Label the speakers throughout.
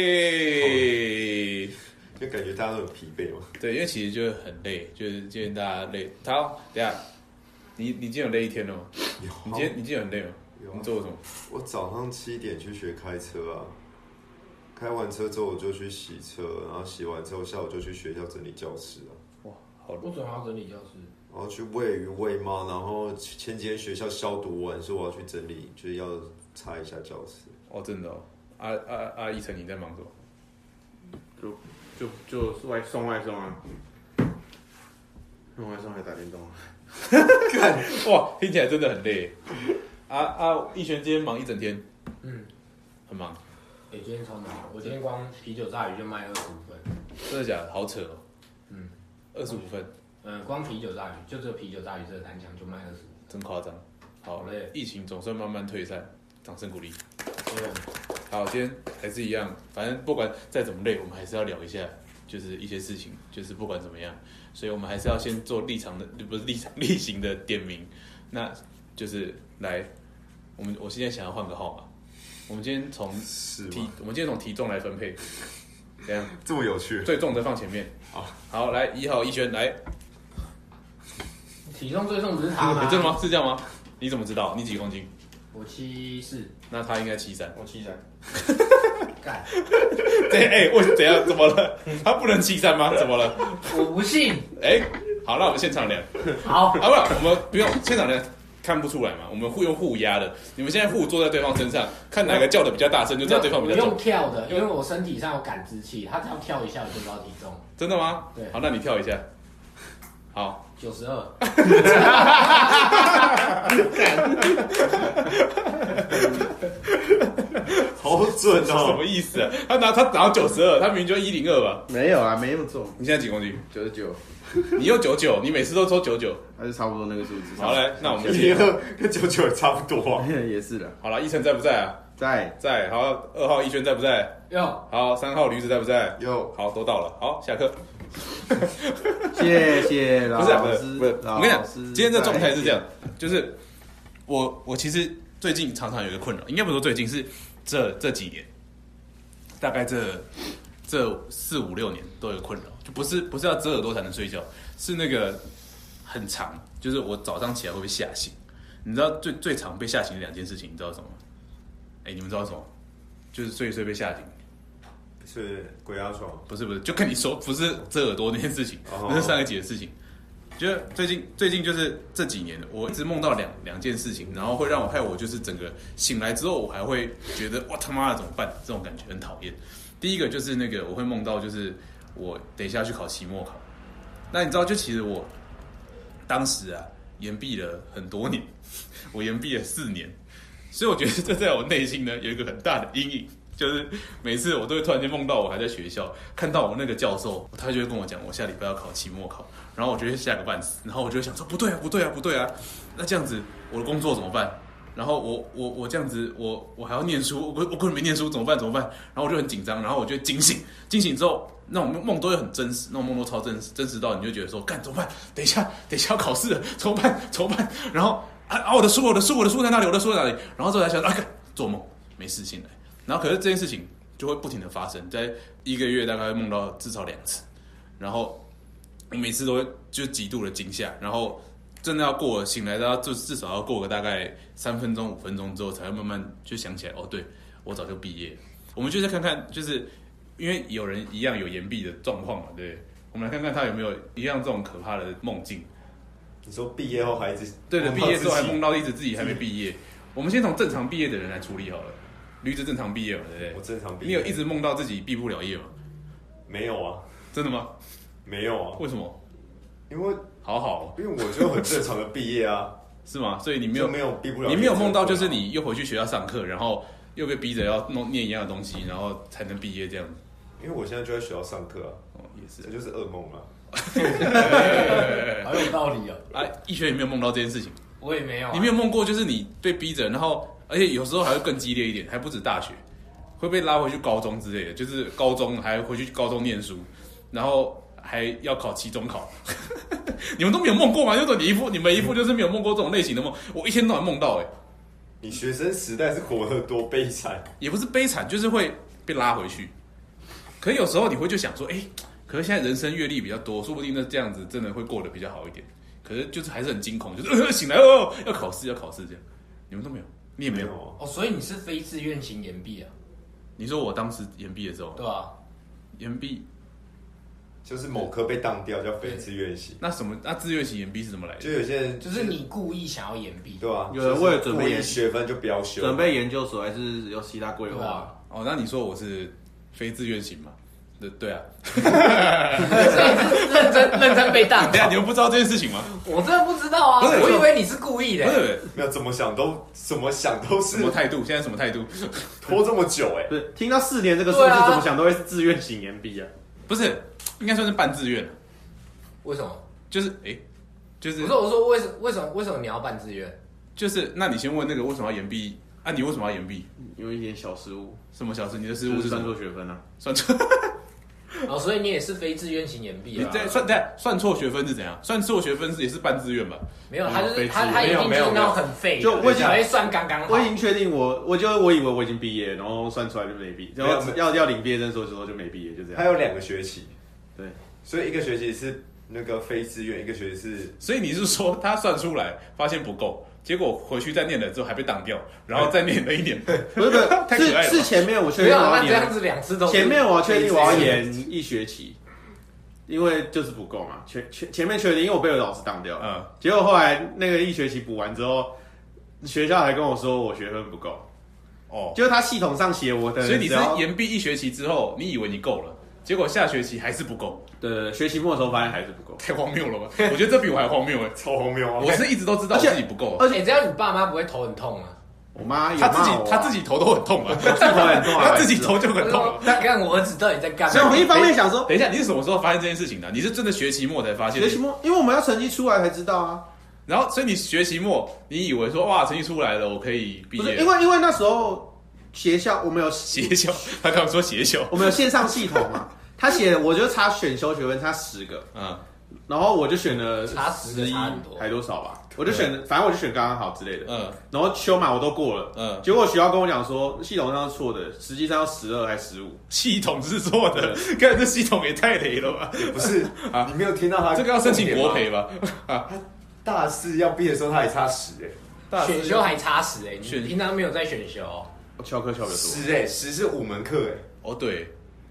Speaker 1: 耶！
Speaker 2: 就感觉大家都很疲惫嘛。
Speaker 1: 对，因为其实就很累，就是今天大家累。他等一下，你你今 天有累一天了吗？
Speaker 2: 有
Speaker 1: 你今天你今天很累吗？
Speaker 2: 有啊
Speaker 1: 你做了什么？
Speaker 2: 我早上七点去学开车啊，开完车之后我就去洗车，然后洗完之后下午就去学校整理教室啊，
Speaker 1: 哇，好累
Speaker 3: 我准备要整理教室，
Speaker 2: 然后去喂鱼喂猫，然后前几天学校消毒完，说我要去整理，就是要擦一下教室。
Speaker 1: 哦，真的哦。阿阿阿依晨，你在忙什么？
Speaker 4: 就就就是外送外送啊，用外送还打电动啊，
Speaker 1: 哇，听起来真的很累。啊啊，逸璇今天忙一整天，
Speaker 3: 嗯，
Speaker 1: 很忙，
Speaker 3: 哎、今天超忙的，我今天光啤酒炸鱼就卖二十五
Speaker 1: 嗯
Speaker 3: 份，
Speaker 1: 真的假的？好扯哦。
Speaker 3: 嗯
Speaker 1: 二十五分，
Speaker 3: 嗯，光啤酒炸鱼就只有啤酒炸鱼这个单枪就卖二十五，
Speaker 1: 真夸张。好
Speaker 3: 好累
Speaker 1: 疫情总算慢慢退散，掌声鼓励。
Speaker 3: 所以
Speaker 1: 啊
Speaker 3: 我们
Speaker 1: 好，今天还是一样，反正不管再怎么累，我们还是要聊一下，就是一些事情，就是不管怎么样，所以我们还是要先做立场的，不是立场 例行的点名，那就是来，我们我现在想要换个号码，我们今天从
Speaker 2: 是
Speaker 1: 体？，我们今天从体重来分配，怎样？
Speaker 2: 这么 有趣？
Speaker 1: 最重的放前面。
Speaker 2: 好，
Speaker 1: 好，来一号一轩来，
Speaker 3: 体重最重不是他
Speaker 2: 啊
Speaker 3: 吗？
Speaker 1: 你 真的？吗？是这样吗？你怎么知道？你几公斤？
Speaker 3: 我七四，
Speaker 1: 那他应该七三。
Speaker 4: 我七三，
Speaker 3: 干，
Speaker 1: 对，哎、我怎样？怎么了？他不能七三吗？怎么了？
Speaker 3: 我不信。
Speaker 1: 哎、好，那我们现场量。
Speaker 3: 好，
Speaker 1: 啊，不然我们不用现场人看不出来嘛，我们互用互压的。你们现在互坐在对方身上，看哪个叫的比较大声，就知道对方比
Speaker 3: 不
Speaker 1: 较重
Speaker 3: 用。跳的，因为我身体上有感知器，他只要跳一下我就知道体重，
Speaker 1: 真的吗？
Speaker 3: 对
Speaker 1: 好，那你跳一下。好，
Speaker 3: 九十二。
Speaker 2: 好准
Speaker 1: 什
Speaker 2: 哦！
Speaker 1: 么意思啊？他拿他拿九十二，他明明就一零二吧？
Speaker 4: 没有啊，没那么重，
Speaker 1: 你现在几公斤？
Speaker 4: 九十九，
Speaker 1: 你又九九，你每次都抽九九。
Speaker 4: 还是差不多那个数字。
Speaker 1: 好嘞，那我们
Speaker 2: 一零二跟九九也差不多啊。
Speaker 4: 也是的，
Speaker 1: 好了，一晨在不在啊？
Speaker 4: 在
Speaker 1: 在。好，二号一轩在不在？
Speaker 3: 哟，
Speaker 1: 好，三号驴子在不在？
Speaker 2: 有
Speaker 1: 好，都到了。好，下课。
Speaker 4: 谢谢老
Speaker 1: 不是啊不是
Speaker 4: 师，
Speaker 1: 不是，我
Speaker 4: 老
Speaker 1: 跟你讲，
Speaker 4: 师
Speaker 1: 今天这状态是这样，就是我我其实最近常常有一个困扰，应该不是说最近，是这这几年，大概这这四五六年都有困扰，就不是不是要遮耳朵才能睡觉，是那个很长，就是我早上起来会被吓醒。你知道最最常被吓醒的两件事情，你知道什么吗？哎、你们知道什么？就是睡一睡被吓醒，
Speaker 2: 是鬼压床，
Speaker 1: 不是不是，就跟你说不是遮耳朵那件事情，
Speaker 2: 哦
Speaker 1: 那是上一集的事情。就是最近最近就是这几年，我一直梦到两两件事情，然后会让我害我就是整个醒来之后，我还会觉得哇他妈的怎么办？这种感觉很讨厌。第一个就是那个我会梦到就是我等一下去考期末考，那你知道就其实我当时啊延毕了很多年， 我延毕了四年，所以我觉得这在我内心呢有一个很大的阴影，就是每次我都会突然间梦到我还在学校，看到我那个教授，他就会跟我讲我下礼拜要考期末考，然后我就会吓个半死，然后我就会想说不对啊不对啊不对啊，那这样子我的工作怎么办？然后我我我这样子我我还要念书，我我根本没念书怎么办怎么办？然后我就很紧张，然后我就会惊醒，惊醒之后那种梦都会很真实，那种梦都超真实，真实到你就觉得说干怎么办？等一下等一下要考试了，怎么办怎么办？然后啊啊我的书我的书我的书在哪里我的书在哪里？然后之后才想啊干做梦没事醒来。然后可是这件事情就会不停的发生，在一个月大概会梦到至少两次，然后我每次都会就极度的惊吓，然后真的要过了醒来，大家就至少要过个大概三分钟五分钟之后，才会慢慢就想起来，哦，对我早就毕业了。我们就再看看，就是因为有人一样有延毕的状况嘛，对不对，我们来看看他有没有一样这种可怕的梦境。
Speaker 2: 你说毕业后孩子
Speaker 1: 对的，毕业之后还
Speaker 2: 梦
Speaker 1: 梦到一直自己还没毕业。我们先从正常毕业的人来处理好了，驴子正常毕业嘛，对不对
Speaker 2: 到，我？正常毕
Speaker 1: 你
Speaker 2: 业，
Speaker 1: 有一直梦到自己毕不了业吗？
Speaker 2: 没有啊？
Speaker 1: 真的吗？
Speaker 2: 没有啊，
Speaker 1: 为什么？
Speaker 2: 因为
Speaker 1: 好好哦
Speaker 2: 因为我就很正常的毕业啊，
Speaker 1: 是吗？所以 你没
Speaker 2: 就
Speaker 1: 有
Speaker 2: 没有毕不了业这个困扰，
Speaker 1: 你没有梦到，就是你又回去学校上课，然后又被逼着要弄念一样的东西，然后才能毕业这样子。
Speaker 2: 因为我现在就在学校上课啊，
Speaker 1: 哦，也是
Speaker 2: 这。就是噩梦啊。哎
Speaker 1: 哎
Speaker 3: 好有道理哦。
Speaker 1: 啊，一轩也没有梦到这件事情，
Speaker 3: 我也没有、啊，
Speaker 1: 你没有梦过，就是你被逼着，然后而且有时候还会更激烈一点，还不止大学，会被拉回去高中之类的，就是高中还回去高中念书，然后还要考期中考。 你们都没有梦过吗？就是你一副你们一副就是没有梦过这种类型的梦，我一天到晚梦到哎、欸
Speaker 2: 你学生时代是活得多悲惨，
Speaker 1: 也不是悲惨，就是会被拉回去。可有时候你会就想说，哎、可是现在人生阅历比较多，说不定那这样子真的会过得比较好一点。可是就是还是很惊恐，就是、呃、醒来哦，要考试要考试这样，你们都没有，你 也没有。
Speaker 2: 没有啊
Speaker 5: 哦，所以你是非自愿型岩壁啊，
Speaker 1: 你说我当时延毕的时候，
Speaker 5: 对吧、
Speaker 1: 延毕
Speaker 2: 就是某科被当掉叫非自愿型，
Speaker 1: 那什么？那自愿型延毕是怎么来
Speaker 2: 就
Speaker 1: 的？
Speaker 2: 有些人
Speaker 5: 就是你故意想要岩壁，
Speaker 2: 对吧、啊？
Speaker 4: 有人为了准备
Speaker 2: 就是故意学分就不要修，
Speaker 4: 准备研究所还是有其他规
Speaker 5: 对
Speaker 4: 划
Speaker 5: 啊？
Speaker 1: 哦，那你说我是非自愿型嘛？对对啊，
Speaker 5: 所以你是认真认真被当
Speaker 1: 等一。下你们不知道这件事情吗？
Speaker 5: 我真的不知道啊，
Speaker 1: 不是
Speaker 5: 我以为你是故意
Speaker 1: 不是不
Speaker 5: 的。
Speaker 1: 是，
Speaker 2: 没有怎么想都怎么想都是
Speaker 1: 什么态度？现在什么态度？
Speaker 2: 拖这么久哎、
Speaker 4: 不是，听到四年这个数
Speaker 5: 对
Speaker 4: 字，
Speaker 5: 啊
Speaker 4: 怎么想都会是自愿型研毕啊。
Speaker 1: 不是，应该算是半自愿，啊
Speaker 5: 为什么？
Speaker 1: 就是哎、就是
Speaker 5: 我说我说为什为什么为什么你要办志愿？
Speaker 1: 就是，那你先问那个为什么要延毕啊？你为什么要延毕？
Speaker 4: 有一点小失误，
Speaker 1: 什么小事？你的失
Speaker 4: 就
Speaker 1: 误
Speaker 4: 是
Speaker 1: 是什
Speaker 4: 算错
Speaker 1: 么？
Speaker 4: 学分啊。
Speaker 1: 算错，
Speaker 5: 哦，所以你也是非自愿型岩壁
Speaker 1: 你
Speaker 5: 啊？
Speaker 1: 对算对算错学分是怎样？算错学分是也是半自愿吧？
Speaker 5: 没有，他就
Speaker 4: 没
Speaker 5: 是
Speaker 4: 有
Speaker 5: 他他一
Speaker 2: 没有
Speaker 5: 定
Speaker 2: 没
Speaker 5: 就
Speaker 2: 有
Speaker 5: 是那种
Speaker 2: 没有
Speaker 5: 很废的，
Speaker 4: 就我已经
Speaker 5: 才会算刚刚好
Speaker 4: 我已。经确定我，我就我以为我已经毕业，然后算出来就没毕，然后
Speaker 2: 没有
Speaker 4: 要要领毕业证说候就没毕业，就这
Speaker 2: 还
Speaker 4: 样。
Speaker 2: 有两个学期，
Speaker 4: 对，
Speaker 2: 所以一个学期是那个非自愿，一个学期是
Speaker 1: 所以你是说他算出来发现不够，结果回去再念了之后还被挡掉，然后再念了一 年。
Speaker 4: 不是不
Speaker 1: 太
Speaker 4: 是，
Speaker 1: 可爱了吧
Speaker 4: 是是前面我确
Speaker 5: 没
Speaker 4: 定
Speaker 5: 有，啊
Speaker 4: 我
Speaker 5: 那
Speaker 4: 要
Speaker 5: 这样
Speaker 4: 演，
Speaker 5: 子两次都是
Speaker 4: 前面我要确定我要
Speaker 5: 非自愿
Speaker 4: 演一学期，因为就是不够嘛。前前前面确定，因为我被我老师挡掉了，
Speaker 1: 嗯，
Speaker 4: 结果后来那个一学期补完之后，学校还跟我说我学分不够，
Speaker 1: 哦，
Speaker 4: 就是他系统上写我的，
Speaker 1: 所以你
Speaker 4: 只
Speaker 1: 是
Speaker 4: 要
Speaker 1: 延毕一学期之后，你以为你够了，结果下学期还是不够，
Speaker 4: 对对对学期末的时候发现还是不够。
Speaker 1: 太荒谬了吧？我觉得这比我还荒 谬哎、
Speaker 2: 超荒谬啊！
Speaker 1: 我是一直都知道我自己不够啊、
Speaker 4: 而
Speaker 5: 哎、
Speaker 4: 且
Speaker 5: 这样你爸妈不会头很痛啊？
Speaker 4: 我妈也
Speaker 1: 他
Speaker 4: 骂
Speaker 1: 自己
Speaker 4: 我啊
Speaker 1: 他自己头都很痛啊，
Speaker 4: 自己头很痛 啊，
Speaker 1: 他自己头就
Speaker 5: 他
Speaker 1: 很痛
Speaker 5: 说
Speaker 1: 了。：“
Speaker 5: 哦那看我儿子到底在干
Speaker 4: 所以我
Speaker 5: 嘛哎
Speaker 4: 一方
Speaker 1: 哎
Speaker 4: 面想说，
Speaker 1: 等一下，你是什么时候发现这件事情的？你是真的学期末才发现
Speaker 4: 学？期末，因为我们要成绩出来才知道啊，
Speaker 1: 然后，所以你学期末，你以为说哇，成绩出来了，我可以毕
Speaker 4: 不是
Speaker 1: 业
Speaker 4: 因？为因为那时候学校我们有
Speaker 1: 协修， 他刚说协修，
Speaker 4: 我们有线上系统 嘛，他写我就差选修学分差十个，
Speaker 1: 嗯，
Speaker 4: 然后我就选了
Speaker 5: 差10个
Speaker 4: 一
Speaker 5: 差很多
Speaker 4: 还多少吧，我就选了，反正我就选刚刚好之类的，
Speaker 1: 嗯
Speaker 4: 然后修嘛我都过了。
Speaker 1: 嗯，
Speaker 4: 结果学校跟我讲说，系统上是错的，实际上要十二还十五，
Speaker 1: 系统是错的，看这系统也太雷了吧？
Speaker 2: 也不是
Speaker 1: 啊
Speaker 2: 你没有听到他
Speaker 1: 这个要申请国
Speaker 2: 重
Speaker 1: 赔
Speaker 2: 点吗。
Speaker 1: 吧？
Speaker 2: 大四要毕业的时候他还差十哎、
Speaker 1: 大四
Speaker 5: 选修还差十哎、你
Speaker 1: 选
Speaker 5: 平常没有在选修哦、
Speaker 4: 翘课翘比较多。
Speaker 2: 十哎、十是五门课哎、
Speaker 1: 哦，对，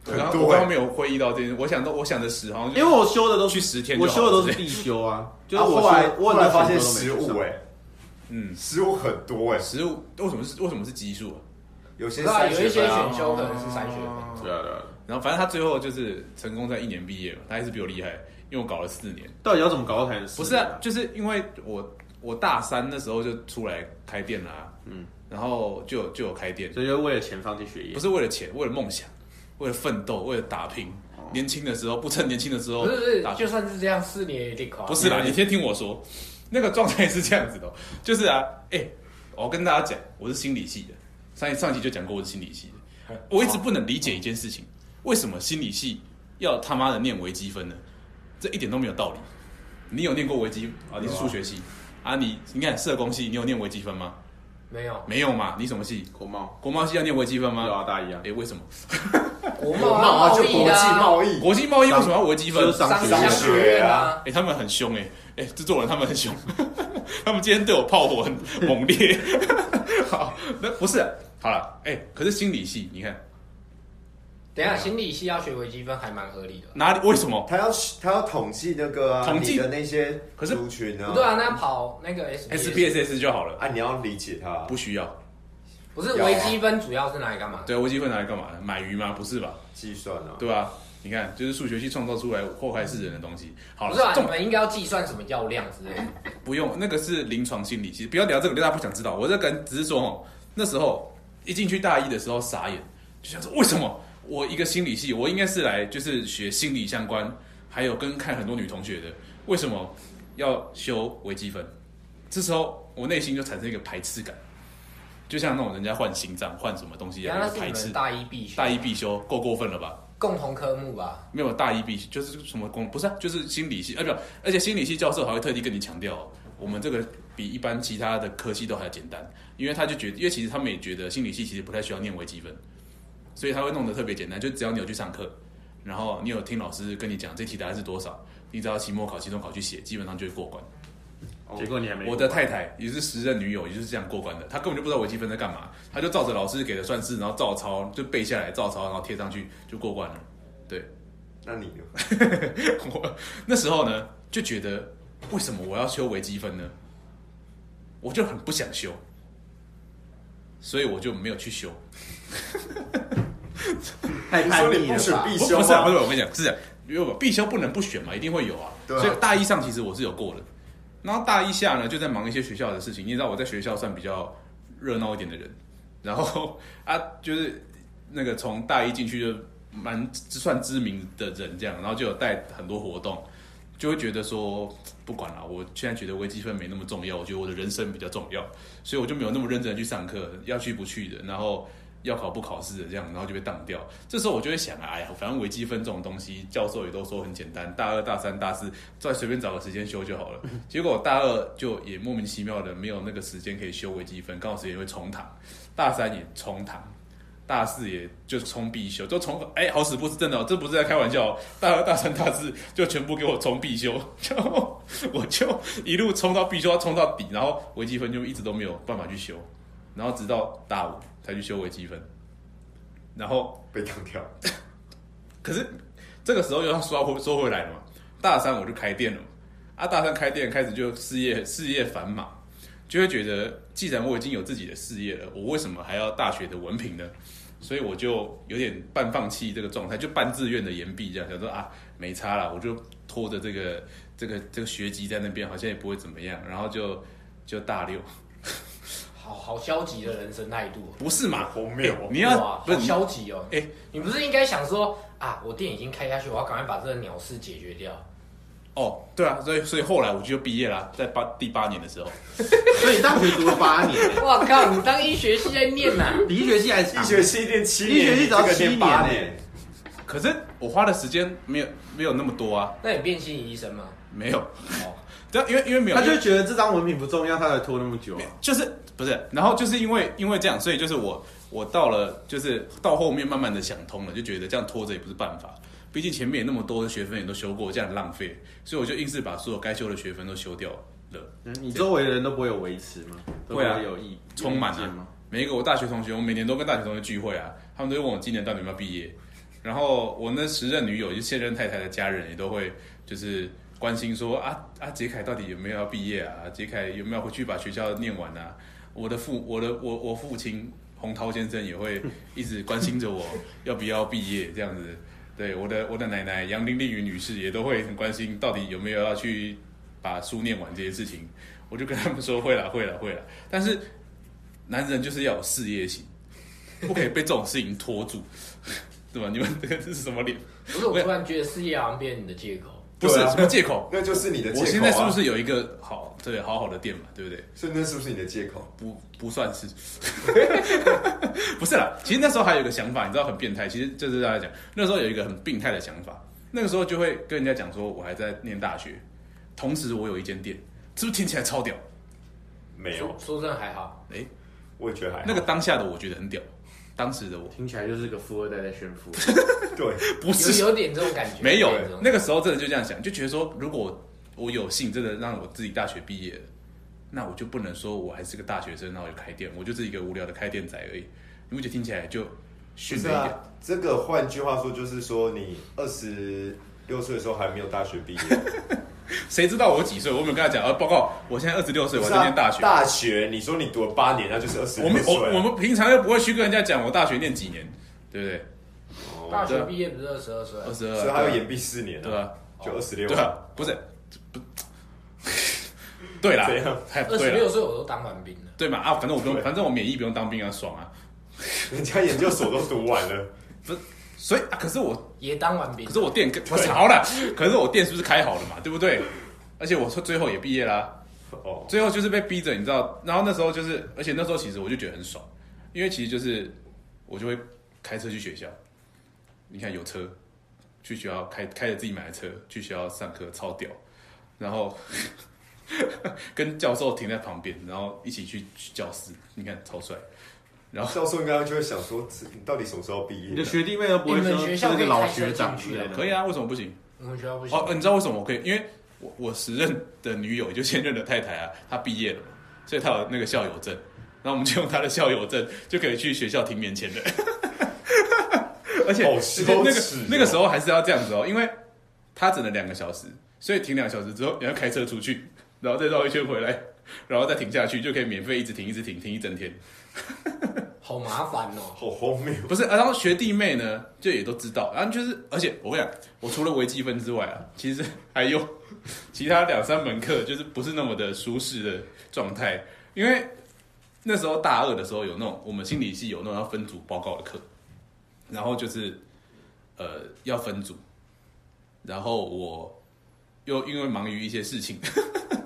Speaker 1: 我
Speaker 2: 很
Speaker 1: 刚
Speaker 2: 多
Speaker 1: 我刚
Speaker 2: 欸
Speaker 1: 刚没有会意到这件事，我想到我想的十好像就
Speaker 4: 因为我修的都
Speaker 1: 去十天就
Speaker 4: 我
Speaker 1: 好
Speaker 4: 修的都是
Speaker 1: 之类
Speaker 4: 必修 啊，就
Speaker 2: 就是
Speaker 4: 我
Speaker 2: 后来
Speaker 4: 修我
Speaker 2: 后来发现
Speaker 4: 十
Speaker 2: 十五哎，
Speaker 1: 嗯，
Speaker 2: 十五很多哎、
Speaker 1: 十五为什么是为什么是奇数啊？
Speaker 2: 有些
Speaker 5: 对啊，
Speaker 2: 三
Speaker 5: 有
Speaker 2: 学
Speaker 5: 一些
Speaker 2: 分啊
Speaker 5: 选修可能是三学分。
Speaker 4: 对啊对啊，
Speaker 1: 然后反正他最后就是成功在一年毕业嘛，他还是比我厉害，因为我搞了四年。
Speaker 4: 到底要怎么搞到才能
Speaker 1: 不是啊，就是因为我我大三那时候就出来开店啦、嗯
Speaker 4: 嗯，
Speaker 1: 然后就有就有开店，
Speaker 4: 所以就为了钱放弃学业
Speaker 1: 不，是为了钱，为了梦想，为了奋斗，为了打拼。年轻的时候不趁年轻的时候
Speaker 5: 哦不是不是
Speaker 1: 打，拼
Speaker 5: 就算是这样，四年也得考。
Speaker 1: 不是啦，
Speaker 4: 嗯
Speaker 1: 你先听我说，那个状态是这样子的哦，就是啊，哎、我跟大家讲，我是心理系的，上一上期就讲过我是心理系的，我一直不能理解一件事情，为什么心理系要他妈的念微积分呢？这一点都没有道理。你有念过微积啊？你是数学系啊？你你看社工系，你有念微积分吗？
Speaker 5: 没有
Speaker 1: 没有嘛？你什么系？
Speaker 4: 国贸
Speaker 1: 国贸系要念微积分
Speaker 4: 对
Speaker 1: 吗？
Speaker 4: 哦啊大一啊
Speaker 1: 哎、，为什么？
Speaker 5: 国
Speaker 2: 国贸啊，就
Speaker 5: 易
Speaker 2: 国际
Speaker 5: 啊，
Speaker 2: 贸易，
Speaker 1: 国际贸易为什么要微积分？
Speaker 4: 就是商
Speaker 5: 商
Speaker 2: 商
Speaker 5: 学
Speaker 2: 学
Speaker 5: 院
Speaker 2: 啊
Speaker 5: 啊，
Speaker 1: 哎、他们很凶哎、哎、制作人他们很凶， 他们今天对我炮火很猛烈。 好，那不是、好了，哎、可是心理系，你看
Speaker 5: 等一下心理系要学微积分还蛮合理的。
Speaker 1: 哪里为什么？
Speaker 2: 他要他要统计那个啊，
Speaker 1: 统计
Speaker 2: 你的那些
Speaker 1: 可是
Speaker 2: 族群啊，
Speaker 5: 不对啊，那跑那个 S
Speaker 1: S P S S 就好了，
Speaker 2: 啊，你要理解他，
Speaker 1: 不需要。
Speaker 5: 不是微积分主要是拿来干嘛？
Speaker 1: 对啊，微积分拿来干嘛？买鱼吗？不是吧？
Speaker 2: 计算啊，
Speaker 1: 对吧、你看，就是数学系创造出来祸害世人的东西。好
Speaker 5: 不是啊
Speaker 1: 了，，
Speaker 5: 你
Speaker 1: 重
Speaker 5: 们应该要计算什么药量之类的。
Speaker 1: 不用，那个是临床心理系，不要聊这个，大家不想知道。我这个人只是说，哦，那时候一进去大一的时候傻眼，就想说为什么我一个心理系，我应该是来就是学心理相关，还有跟看很多女同学的，为什么要修微积分？这时候我内心就产生一个排斥感，就像那种人家换心脏、换什么东西一
Speaker 5: 原
Speaker 1: 样，
Speaker 5: 来
Speaker 1: 那
Speaker 5: 那是
Speaker 1: 个
Speaker 5: 你
Speaker 1: 排
Speaker 5: 们
Speaker 1: 斥。
Speaker 5: 大一必修，
Speaker 1: 大一必修，够过分了吧？
Speaker 5: 共同科目吧？
Speaker 1: 没有大一必修就是什么工不是、啊，就是心理系，呃，不，而且心理系教授还会特地跟你强调哦、我们这个比一般其他的科系都还要简单，因为他就觉得，因为其实他们也觉得心理系其实不太需要念微积分，所以他会弄得特别简单，就只要你有去上课，然后你有听老师跟你讲这题答案是多少，你只要期末考、期中考去写，基本上就会过关。
Speaker 4: 结果你还没过
Speaker 1: 我的太太也是时任女友，也就是这样过关的。她根本就不知道微积分在干嘛，她就照着老师给的算式，然后照抄，就背下来照抄，然后贴上去就过关了。
Speaker 2: 那你呢？
Speaker 1: 我那时候呢就觉得，为什么我要修微积分呢？我就很不想修，所以我就没有去修。
Speaker 4: 太
Speaker 2: 你
Speaker 4: 叛
Speaker 2: 说
Speaker 4: 逆
Speaker 2: 你不
Speaker 4: 了
Speaker 2: 选
Speaker 4: 吧？
Speaker 2: 必
Speaker 1: 不
Speaker 2: 修
Speaker 1: 不是啊不
Speaker 2: 吗？
Speaker 1: 是，我跟你讲是这样，因为我必修不能不选嘛，一定会有啊。
Speaker 2: 对啊
Speaker 1: 所以大一上其实我是有过的，然后大一下呢就在忙一些学校的事情。你也知道我在学校算比较热闹一点的人，然后啊就是那个从大一进去就蛮算知名的人这样，然后就有带很多活动，就会觉得说不管了，我现在觉得微积分没那么重要，我觉得我的人生比较重要，所以我就没有那么认真的去上课，要去不去的，然后要考不考试的这样，然后就被当掉。这时候我就会想啊，哎呀，反正微积分这种东西，教授也都说很简单，大二、大三、大四再随便找个时间修就好了。结果我大二就也莫名其妙的没有那个时间可以修微积分，刚好时间也会重堂，大三也重堂。大四也就冲必修，就冲哎、好死不死，真的哦、这不是在开玩笑、哦。大二、大三、大四就全部给我冲必修， 然后我就一路冲到必修，要冲到底，然后微积分就一直都没有办法去修，然后直到大五才去修微积分，然后
Speaker 2: 被当掉，
Speaker 1: 可是这个时候又要说回说回来了嘛，大三我就开店了嘛，啊，大三开店开始就事业事业繁忙，就会觉得既然我已经有自己的事业了，我为什么还要大学的文凭呢？所以我就有点半放弃这个状态，就半自愿的延毕这样，想说啊，没差啦，我就拖着这个这个这个学籍在那边，好像也不会怎么样，然后就就大六，
Speaker 5: 好好消极的人生态度哦。
Speaker 1: 不是嘛？
Speaker 2: 好妙
Speaker 1: 欸
Speaker 2: 哦
Speaker 1: 你
Speaker 5: 哇
Speaker 1: 要不
Speaker 5: 好
Speaker 1: 是你
Speaker 5: 消极哦！
Speaker 1: 哎
Speaker 5: 你不是应该想说啊，我店已经开下去，我要赶快把这个鸟事解决 掉。
Speaker 1: 哦，对啊，所以所以后来我就毕业啦，在八第八年的时候。
Speaker 4: 所以你大学读了八年，
Speaker 5: 哇靠！你当医学系在念啊呐、
Speaker 4: 比医学系还
Speaker 2: 一
Speaker 4: 长啊
Speaker 2: 学期练七年，
Speaker 4: 医学系只要
Speaker 2: 这个
Speaker 4: 七
Speaker 2: 练八
Speaker 4: 年
Speaker 2: 年，
Speaker 1: 可是我花的时间没有没有那么多啊，
Speaker 5: 那你变心理医生吗？
Speaker 1: 没有，
Speaker 5: 哦，
Speaker 1: 对啊，因为因为没有，
Speaker 4: 他就
Speaker 1: 因
Speaker 4: 会
Speaker 1: 为
Speaker 4: 觉得这张文凭不重要，他才拖那么久啊。
Speaker 1: 就是不是，然后就是因为因为这样，所以就是我我到了就是到后面慢慢的想通了，就觉得这样拖着也不是办法，毕竟前面也那么多的学分也都修过，这样很浪费，所以我就硬是把所有该修的学分都修掉了。
Speaker 4: 嗯你周围的人都不会有维持吗？都不
Speaker 1: 会啊
Speaker 4: 有意
Speaker 1: 充满啊
Speaker 4: 有意见吗？
Speaker 1: 每一个我大学同学，我每年都跟大学同学聚会啊，他们都会问我今年到底有没有毕业。然后我那时任女友，就现任太太的家人也都会就是关心说啊啊，杰凯到底有没有要毕业啊？杰凯有没有回去把学校念完啊？我的父我的我我父亲洪涛先生也会一直关心着我要不要毕业这样子。对我的我的奶奶杨玲丽云女士也都会很关心到底有没有要去把书念完这些事情。我就跟他们说会了会了会了，但是男人就是要有事业 心，不可以被这种事情拖住，对吧？你们这个是什么脸？
Speaker 5: 不是，我突然觉得事业好像变成你的借口。
Speaker 1: 不是、
Speaker 2: 对啊
Speaker 1: 什么借口？
Speaker 2: 那就是你的借口、啊。
Speaker 1: 我现在是不？是有一个好对好好的店嘛，对不对？
Speaker 2: 所以那是不是你的借口？
Speaker 1: 不不算是， 不是啦。其实那时候还有一个想法，你知道很变态。其实就是大家讲，那时候有一个很病态的想法。那个时候就会跟人家讲说，我还在念大学，同时我有一间店，是不是听起来超屌？
Speaker 2: 没
Speaker 5: 说，说真的还好，
Speaker 1: 哎、
Speaker 2: 我也觉得还好
Speaker 1: 那个当下的我觉得很屌，当时的我
Speaker 4: 听起来就是个富二代在炫富。
Speaker 2: 对，
Speaker 1: 不 是
Speaker 5: 有有点这种感觉。
Speaker 1: 没有哦
Speaker 5: 点这种
Speaker 1: 那个时候真的就这样想，就觉得说，如果我我有幸真的让我自己大学毕业了，那我就不能说我还是个大学生，然后就开店，我就是一个无聊的开店仔而已。你不觉得听起来就逊
Speaker 2: 不是
Speaker 1: 了一点？
Speaker 2: 啊。这个换句话说，就是说你二十六岁的时候还没有大学毕业，
Speaker 1: 谁、知道我几岁？我有没有跟他讲？呃，报告，我现在二十六岁，
Speaker 2: 不
Speaker 1: 我还
Speaker 2: 是
Speaker 1: 在
Speaker 2: 啊
Speaker 1: 念大学。
Speaker 2: 大学，你说你读了八年，那就是二十
Speaker 1: 我
Speaker 2: 六
Speaker 1: 们
Speaker 2: 岁
Speaker 1: 我
Speaker 2: 啊。
Speaker 1: 我们平常又不会去跟人家讲我大学念几年，对不对？啊
Speaker 2: 哦
Speaker 5: 大学毕业不是二十二岁，啊
Speaker 1: 二十
Speaker 2: 所以啊他要
Speaker 1: 二，
Speaker 2: 延毕四年、
Speaker 1: 对吧？
Speaker 2: 就二十六
Speaker 1: 对。 啊，不是不，对啦
Speaker 2: 怎样，
Speaker 1: 太
Speaker 5: 二十
Speaker 1: 对
Speaker 5: 六
Speaker 1: 了，
Speaker 5: 岁我都当完兵了。
Speaker 1: 对嘛啊，反正我不用，
Speaker 2: 对
Speaker 1: 反正我免疫不用当兵啊，爽啊。
Speaker 2: 人家研究所都读完了，
Speaker 1: 所以啊，可是我
Speaker 5: 也当完兵，
Speaker 1: 可是我店跟我好了，可是我店是不是开好了嘛？对不对？而且我说最后也毕业啦，
Speaker 2: 哦，
Speaker 1: 最后就是被逼着，你知道。然后那时候就是，而且那时候其实我就觉得很爽，因为其实就是我就会开车去学校，你看有车去学校开开着自己买的车去学校上课，超屌。然后 跟教授停在旁边，然后一起去去教室，你看超帅。然后
Speaker 2: 教授刚刚就会想说，你到底什么时候毕
Speaker 4: 你
Speaker 2: 业
Speaker 4: 的？
Speaker 1: 啊
Speaker 4: 学弟妹都不会
Speaker 5: 你
Speaker 4: 说
Speaker 5: 们学校
Speaker 4: 这
Speaker 5: 可
Speaker 4: 个
Speaker 5: 以
Speaker 4: 老
Speaker 5: 开车
Speaker 4: 学长
Speaker 5: 进
Speaker 4: 之
Speaker 5: 去啊
Speaker 4: 类的，
Speaker 1: 可以啊，为什么不行？
Speaker 5: 我们学校不行。
Speaker 1: 哦，呃你知道为什么我可以？因为我我时任的女友，也就现任的太太啊，她毕业了嘛，所以她有那个校友证，然后我们就用她的校友证就可以去学校停免签的。 而且
Speaker 2: 好
Speaker 1: 而
Speaker 2: 羞
Speaker 1: 且
Speaker 2: 耻哦
Speaker 1: 那个那个时候还是要这样子哦，因为她只能两个小时，所以停两个小时之后你要开车出去，然后再绕一圈回来，然后再停下去，就可以免费一直停一直停停一整天。
Speaker 5: 好麻烦哦。
Speaker 2: 好荒谬！
Speaker 1: 不是，啊然后学弟妹呢，就也都知道，然后就是，而且我跟你讲，我除了微积分之外啊，其实还有 其他两三门课，就是不是那么的舒适的状态，因为那时候大二的时候有那种我们心理系有那种要分组报告的课，然后就是呃要分组，然后我又因为忙于一些事情，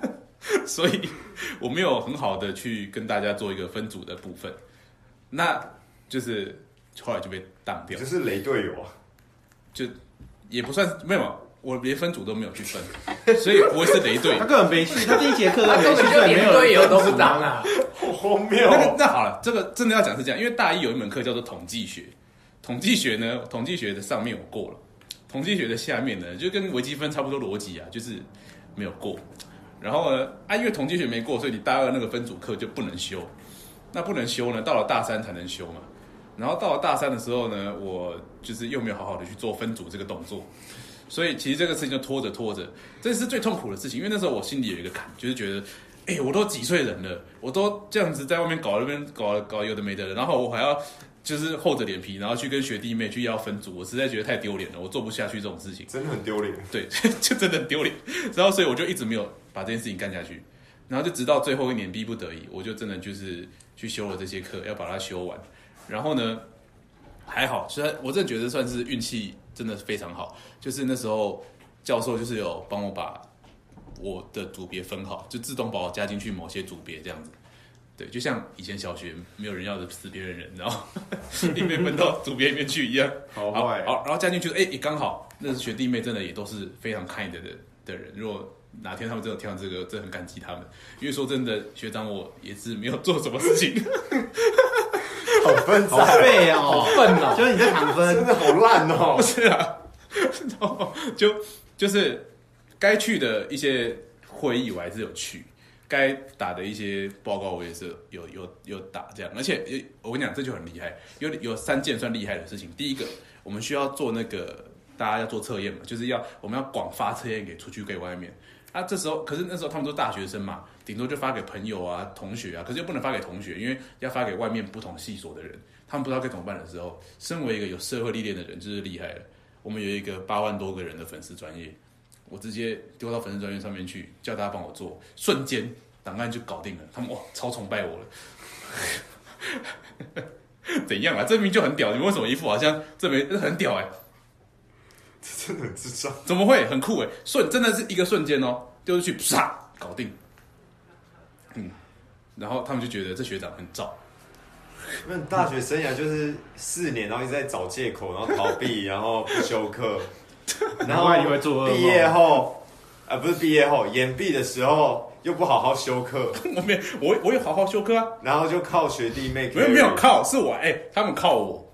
Speaker 1: 所以我没有很好的去跟大家做一个分组的部分，那就是后来就被当
Speaker 2: 你
Speaker 1: 掉
Speaker 2: 这，是雷队友啊！
Speaker 1: 就也不算是没有，我连分组都没有去分，所以不会是雷队
Speaker 4: 他。根本没去，他第一节课都
Speaker 5: 他
Speaker 4: 没
Speaker 5: 根
Speaker 4: 去，
Speaker 5: 本
Speaker 4: 所
Speaker 5: 就
Speaker 4: 以没
Speaker 5: 连
Speaker 4: 有
Speaker 5: 队
Speaker 4: 人
Speaker 5: 友都不
Speaker 4: 知道
Speaker 5: 当。啊！
Speaker 2: 好荒谬啊
Speaker 1: 那个那好了，这个真的要讲是这样，因为大一有一门课叫做统计学，统计学呢，统计学的上面我过了，统计学的下面呢，就跟微积分差不多逻辑啊，就是没有过。然后呢，啊，因为统计学没过，所以你大二那个分组课就不能修。那不能修呢，到了大三才能修嘛。然后到了大三的时候呢，我就是又没有好好的去做分组这个动作，所以其实这个事情就拖着拖着，这是最痛苦的事情。因为那时候我心里有一个坎，就是觉得，哎，我都几岁人了，我都这样子在外面搞那边搞搞有的没的了，然后我还要就是厚着脸皮，然后去跟学弟妹去要分组，我实在觉得太丢脸了，我做不下去这种事情。
Speaker 2: 真的很丢脸。
Speaker 1: 对， 就真的很丢脸。然后所以我就一直没有把这件事情干下去，然后就直到最后一年逼不得已，我就真的就是去修了这些课，要把它修完。然后呢，还好，虽然我真的觉得算是运气真的非常好，就是那时候教授就是有帮我把我的组别分好，就自动把我加进去某些组别这样子。对，就像以前小学没有人要的死别人人，然后 硬被分到组别里面去一样。
Speaker 4: 好
Speaker 1: 好
Speaker 4: 坏，啊
Speaker 1: 好，然后加进去，哎、也刚好认识学弟妹，真的也都是非常 kind 的的人。如果哪天他们真的听到这个，真的很感激他们，因为说真的，学长我也是没有做什么事情，
Speaker 2: 好分
Speaker 4: 好
Speaker 2: 散，
Speaker 4: 废哦，
Speaker 5: 笨哦，
Speaker 4: 就是你在躺
Speaker 2: 真
Speaker 4: 分，
Speaker 2: 的好烂哦
Speaker 1: 不！是啊，然后就就是该去的一些会议我还是有去，该打的一些报告我也是有有有打这样，而且有我跟你讲这就很厉害，有有三件算厉害的事情。第一个，我们需要做那个大家要做测验嘛，就是要我们要广发测验给出去给外面。啊，这时候可是那时候他们都大学生嘛，顶多就发给朋友啊、同学啊，可是又不能发给同学，因为要发给外面不同系所的人，他们不知道该怎么办的时候，身为一个有社会历练的人，就是厉害了。我们有一个八万多个人的粉丝专业，我直接丢到粉丝专业上面去，叫大家帮我做，瞬间档案就搞定了。他们哇，超崇拜我了。 怎样啊？这明明就很屌，你们为什么一副好像这没这很屌哎、
Speaker 2: 这真的很智障。
Speaker 1: 怎么会很酷哎、瞬真的是一个瞬间哦，丢出去啪搞定。嗯，然后他们就觉得这学长很燥，
Speaker 2: 那你大学生涯就是四年，然后一直在找借口，然后逃避，然后不修课，然后
Speaker 4: 难怪你会做噩梦
Speaker 2: 毕业后，啊，不是毕业后，延毕的时候又不好好修课，
Speaker 1: 我没有我我有好好修课啊，
Speaker 2: 然后就靠学弟妹。
Speaker 1: 没有没有，靠是我哎、他们靠我，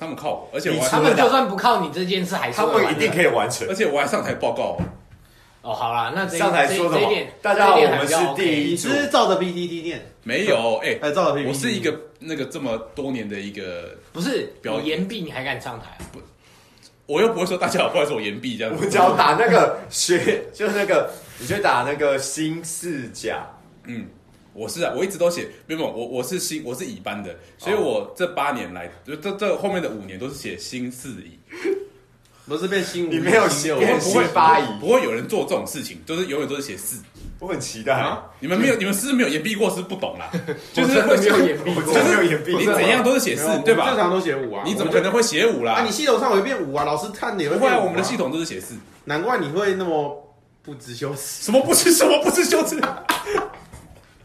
Speaker 1: 他们靠我，而且我
Speaker 2: 你
Speaker 5: 他
Speaker 1: 还
Speaker 2: 出
Speaker 5: 们就算不靠你这件事，还是
Speaker 2: 他
Speaker 5: 会玩的
Speaker 2: 们一定可以完成
Speaker 1: 而。且我还上台报告哦、
Speaker 5: 哦。好啦，那这
Speaker 2: 上台说什
Speaker 5: 这这一
Speaker 2: 么
Speaker 5: 点，
Speaker 2: 大家好
Speaker 5: 这一点还
Speaker 2: 我们
Speaker 5: 比较
Speaker 2: 是
Speaker 5: OK
Speaker 2: 第一
Speaker 4: 你是不是照着 BDD 念，
Speaker 1: 没有哎、
Speaker 4: 还照着 PPT？
Speaker 1: 我是一个那个这么多年的一个，
Speaker 5: 不是
Speaker 1: 表
Speaker 5: 你
Speaker 1: 演
Speaker 5: 岩壁，你还敢上台啊？
Speaker 1: 我又不会说大家好，不好意思，我言毕这样
Speaker 2: 我
Speaker 1: 子
Speaker 2: 只。要打那个学，就是那个，你就打那个新四甲，
Speaker 1: 我是啊，我一直都写，没有没有，我我是新，我是乙班的，所以
Speaker 2: 哦
Speaker 1: 我这八年来，就这这后面的五年都是写新四乙，
Speaker 4: 不是变新五，
Speaker 2: 你没有
Speaker 4: 新六
Speaker 1: 不会
Speaker 2: 变
Speaker 1: 不会
Speaker 2: 新八乙
Speaker 1: 不会有人做这种事情，就是永远都是写四
Speaker 2: 我很期待。
Speaker 1: 啊。你们没有，你们是没有言毕过，是不懂啦，就是
Speaker 5: 我
Speaker 1: 会
Speaker 5: 真的没有岩
Speaker 2: 我
Speaker 5: 壁
Speaker 2: 真的没有延毕，
Speaker 1: 你怎样都是写
Speaker 4: 没
Speaker 1: 四
Speaker 4: 有，
Speaker 1: 对
Speaker 4: 我正
Speaker 1: 吧？
Speaker 4: 常都写五啊，
Speaker 1: 你怎么可能会写五
Speaker 4: 啊？
Speaker 1: 啦
Speaker 4: 你？系统上也会变五啊，老师看你也会
Speaker 1: 不会啊，
Speaker 4: 变五啊。
Speaker 1: 我们的系统都是写四，
Speaker 4: 难怪你会那么不知羞耻。
Speaker 1: 什么不是什么不是羞耻？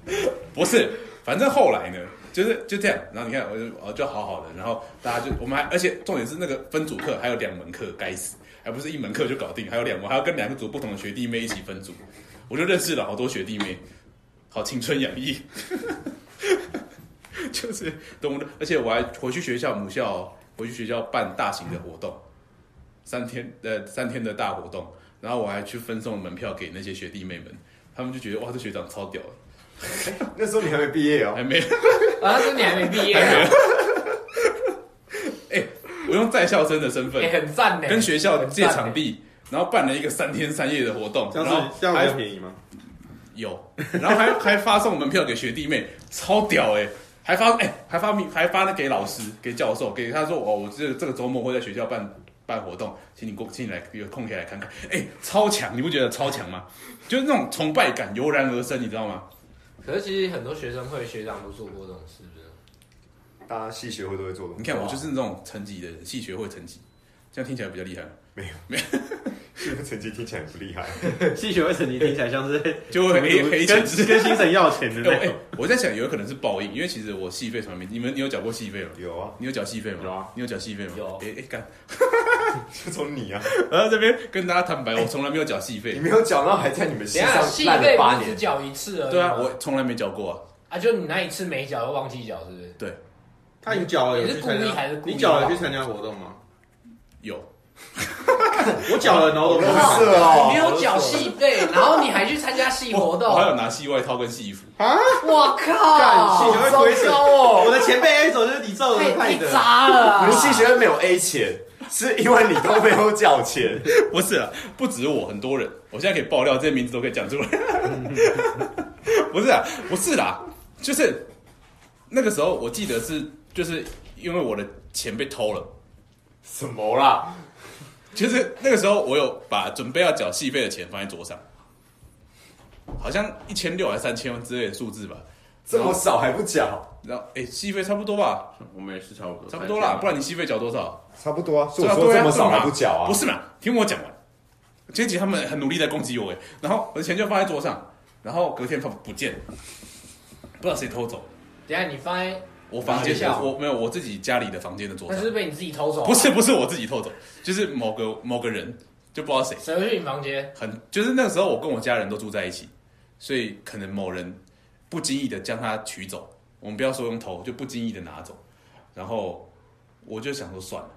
Speaker 1: 不是，反正后来呢，就是就这样。然后你看，我就我就好好的，然后大家就我们还，而且重点是那个分组课还有两门课，该死，还不是一门课就搞定，还有两门，还要跟两个组不同的学弟妹一起分组， 我就认识了好多学弟妹，好青春洋溢。就是动物的，而且我还回去学校母校哦、回去学校办大型的活动，三天呃三天的大活动，然后我还去分送门票给那些学弟妹们，他们就觉得哇这学长超屌的，
Speaker 2: 那时候你还没毕业哦，
Speaker 1: 还没
Speaker 5: 啊，那时候你还没毕业啊，
Speaker 1: 我用在校生的 身份
Speaker 5: 也哎很赞呢。
Speaker 1: 跟学校借场地，然后办了一个三天三夜的活动，
Speaker 4: 这
Speaker 1: 然
Speaker 4: 样
Speaker 1: 后
Speaker 4: 子这样
Speaker 1: 还
Speaker 4: 比较便宜吗？
Speaker 1: 有，然后还 还发送门票给学弟妹，超屌哎、还发哎、还发明还发那给老师给教授给他说哦，我这这个周末会在学校办办活动，请你过，请你来有空可以来看看，哎、超强，你不觉得超强吗？就是那种崇拜感油然而生，你知道吗？
Speaker 5: 很赞欸。可是其实很多学生会学长都做过这种事，不是？
Speaker 2: 大家系学会都会做的。
Speaker 1: 你看我就是那种成绩的人，系学会成绩，这样听起来比较厉害，
Speaker 2: 这个成绩听起来很不厉害，
Speaker 4: 吸血会成绩听起来像 是
Speaker 1: 就会黑黑成
Speaker 4: 跟
Speaker 1: 绩。
Speaker 4: 跟新神要钱的
Speaker 1: 哎、我
Speaker 4: 那
Speaker 1: 哎
Speaker 4: 种。
Speaker 1: 我在想，有可能是报应，因为其实我戏费从来没，你们你有缴过戏费吗？
Speaker 2: 有啊，
Speaker 1: 你有缴戏费吗？
Speaker 4: 有啊。
Speaker 1: 你有缴戏费吗？
Speaker 5: 有
Speaker 1: 哎哎干，
Speaker 2: 就从你啊，
Speaker 1: 然后这边跟大家坦白，我从来没有缴戏费
Speaker 2: 你。没有讲到还在你们系
Speaker 5: 等一下
Speaker 2: 上
Speaker 5: 戏
Speaker 2: 烂
Speaker 5: 费
Speaker 2: 了八
Speaker 5: 不是只
Speaker 2: 年，
Speaker 5: 缴一次而已吗。
Speaker 1: 对啊，我从来没缴过啊。
Speaker 5: 啊，就你那一次没缴，又忘记缴，是不是？
Speaker 4: 他你缴了有去参
Speaker 5: 你是故意
Speaker 4: 加
Speaker 5: 还是？故意
Speaker 4: 你缴了有去参加活动吗？
Speaker 1: 有，
Speaker 4: 我缴了，然后都不
Speaker 2: 好
Speaker 4: 去
Speaker 2: 色哦
Speaker 5: 你没有缴戏费，然后你还去参加戏活动
Speaker 1: 我，还有拿戏外套跟戏衣服。
Speaker 5: 我
Speaker 4: 干
Speaker 5: 靠
Speaker 4: 戏！学会亏损
Speaker 2: 糟糕哦
Speaker 4: 我的前辈 A 走就是你造
Speaker 5: 太
Speaker 4: 的害
Speaker 5: 太
Speaker 4: 的。
Speaker 5: 渣了
Speaker 2: 你
Speaker 5: 啊
Speaker 2: 们！系学会没有 A 钱，是因为你都没有缴钱。
Speaker 1: 不是啊，不止我，很多人，我现在可以爆料，这些名字都可以讲出来。 不是啊，不是啦，就是那个时候，我记得是就是因为我的钱被偷了，
Speaker 2: 什么啦？
Speaker 1: 就是那个时候我有把准备要缴戏费的钱放在桌上，好像一千六还是三千之类的数字吧。
Speaker 2: 这么少还不缴？
Speaker 1: 然后哎，戏费差不多吧，
Speaker 4: 我们也是差不多，
Speaker 1: 差不多啦，不然你戏费缴多少？
Speaker 2: 差不多啊，所
Speaker 1: 对啊对啊对嘛不
Speaker 2: 是，
Speaker 1: 是嘛？听我讲完，这一集他们很努力在攻击我哎，然后我的钱就放在桌上，然后隔天它不见了，不知道谁偷走。
Speaker 5: 等一下你发现
Speaker 1: 我房间
Speaker 5: 学校
Speaker 1: 我没有我自己家里的房间的桌
Speaker 5: 那
Speaker 1: 上
Speaker 5: 是，被你自己偷走啊，
Speaker 1: 不是不是我自己偷走，就是某个某个人就不知道谁，
Speaker 5: 谁会去你房间？
Speaker 1: 很就是那个时候我跟我家人都住在一起，所以可能某人不经意的将它取走，我们不要说用偷，就不经意的拿走，然后我就想说算了。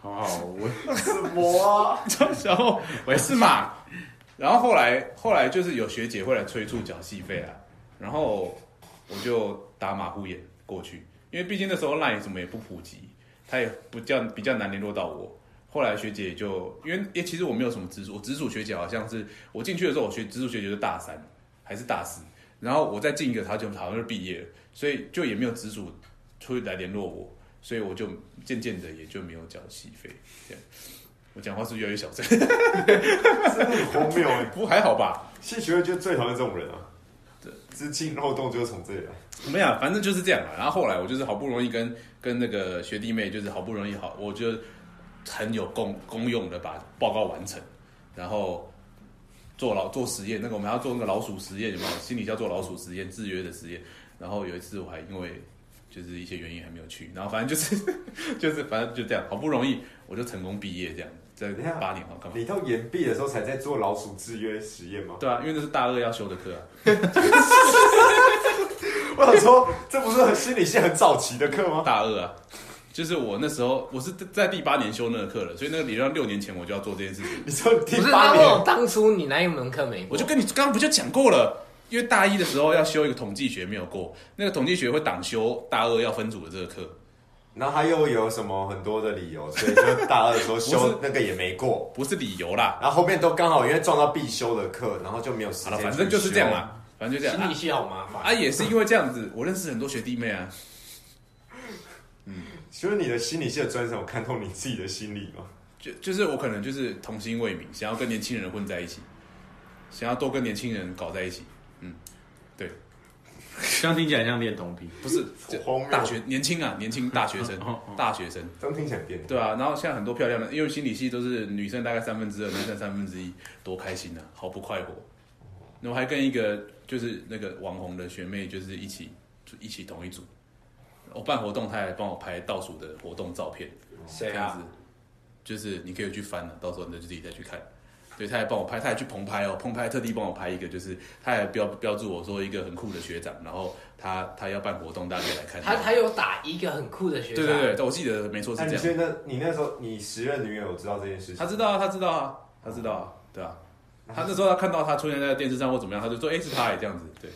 Speaker 4: 好好， 我
Speaker 2: 什么啊？
Speaker 1: 然后没事嘛，然后后来后来就是有学姐会来催促缴戏费啊，然后我就打马虎眼过去，因为毕竟那时候 LINE 什么也不普及，她也不叫比较难联络到我。后来学姐就因为因为其实我没有什么直属，我直属学姐好像是我进去的时候，我学直属学姐是大三还是大四，然后我再进一个，她就好像就毕业了，所以就也没有直属出来联络我，所以我就渐渐的也就没有缴戏费。这样，我讲话是不是越来越小声。
Speaker 2: 真的很荒谬哎！
Speaker 1: 不还好吧？
Speaker 2: 系学会就最讨厌这种人啊
Speaker 1: 对，
Speaker 2: 资金漏洞就是从这里来。
Speaker 1: 没有啊，反正就是这样啊。然后后来我就是好不容易跟跟那个学弟妹，就是好不容易好，我就很有功功用的把报告完成，然后做老做实验。那个我们要做那个老鼠实验，有没有？心理叫做老鼠实验，制约的实验。然后有一次我还因为就是一些原因还没有去，然后反正就是 就是反正就这样，好不容易我就成功毕业这样，在
Speaker 2: 等一下
Speaker 1: 八年后干嘛？
Speaker 2: 你到岩壁的时候才在做老鼠制约实验吗？
Speaker 1: 对啊，因为那是大二要修的课啊。
Speaker 2: 我想说，这不是很心理系很早期的课吗？
Speaker 1: 大二啊，就是我那时候我是在第八年修那个课了，所以那个理论上六年前我就要做这件事情。
Speaker 2: 你说你第
Speaker 5: 不是
Speaker 2: 八
Speaker 5: 他问我
Speaker 2: 年，
Speaker 5: 当初你那一门课没过，
Speaker 1: 我就跟你刚刚不就讲过了，因为大一的时候要修一个统计学没有过，那个统计学会挡修大二要分组的这个课，
Speaker 2: 然后他又有什么很多的理由，所以就大二的时候
Speaker 1: 不是
Speaker 2: 修那个也没过，
Speaker 1: 不是理由啦。
Speaker 2: 然后后面都刚好因为撞到必修的课，然后就没有时
Speaker 1: 好
Speaker 2: 间
Speaker 1: 了，反
Speaker 2: 去
Speaker 1: 正就是这样
Speaker 2: 修。
Speaker 1: 啦，反正就这样
Speaker 5: 心理
Speaker 1: 啊
Speaker 5: 系好麻烦。
Speaker 1: 啊，也是因为这样子，我认识很多学弟妹啊。
Speaker 2: 就是你的心理系的专长，有看透你自己的心理吗？
Speaker 1: 就就是我可能就是童心未泯，想要跟年轻人混在一起，想要多跟年轻人搞在一起。
Speaker 4: 这样听起来像恋童癖。
Speaker 1: 不是，就
Speaker 2: 荒谬
Speaker 1: 大学年轻啊，年轻大学生
Speaker 4: 哦哦，
Speaker 1: 大学生。
Speaker 2: 这样听起来很变态。
Speaker 1: 对啊，然后现在很多漂亮的，因为心理系都是女生大概三分之二，男生三分之一，多开心啊，好不快活。那我还跟一个就是那个网红的学妹，就是一起就一起同一组，我办活动，她还帮我拍倒数的活动照片，这
Speaker 5: 谁
Speaker 1: 样
Speaker 5: 啊
Speaker 1: 啊子，？就是你可以去翻了、到时候你就自己再去看。对，他还帮我拍，他还去棚拍哦，棚拍特地帮我拍一个，就是他还标标注我说一个很酷的学长，然后他他要办活动，大家可以来看。
Speaker 5: 他他有打一个很酷的学
Speaker 1: 对
Speaker 5: 长，
Speaker 1: 对对，对我记得没错是
Speaker 2: 那
Speaker 1: 这
Speaker 2: 你
Speaker 1: 样。
Speaker 2: 现在你那时候你时任女友知道这件事情？
Speaker 1: 他知道啊，他知道啊，他知道啊，对啊。他那时候他看到他出现在电视上或怎么样，他就说：“哎、是他欸、这样子。”对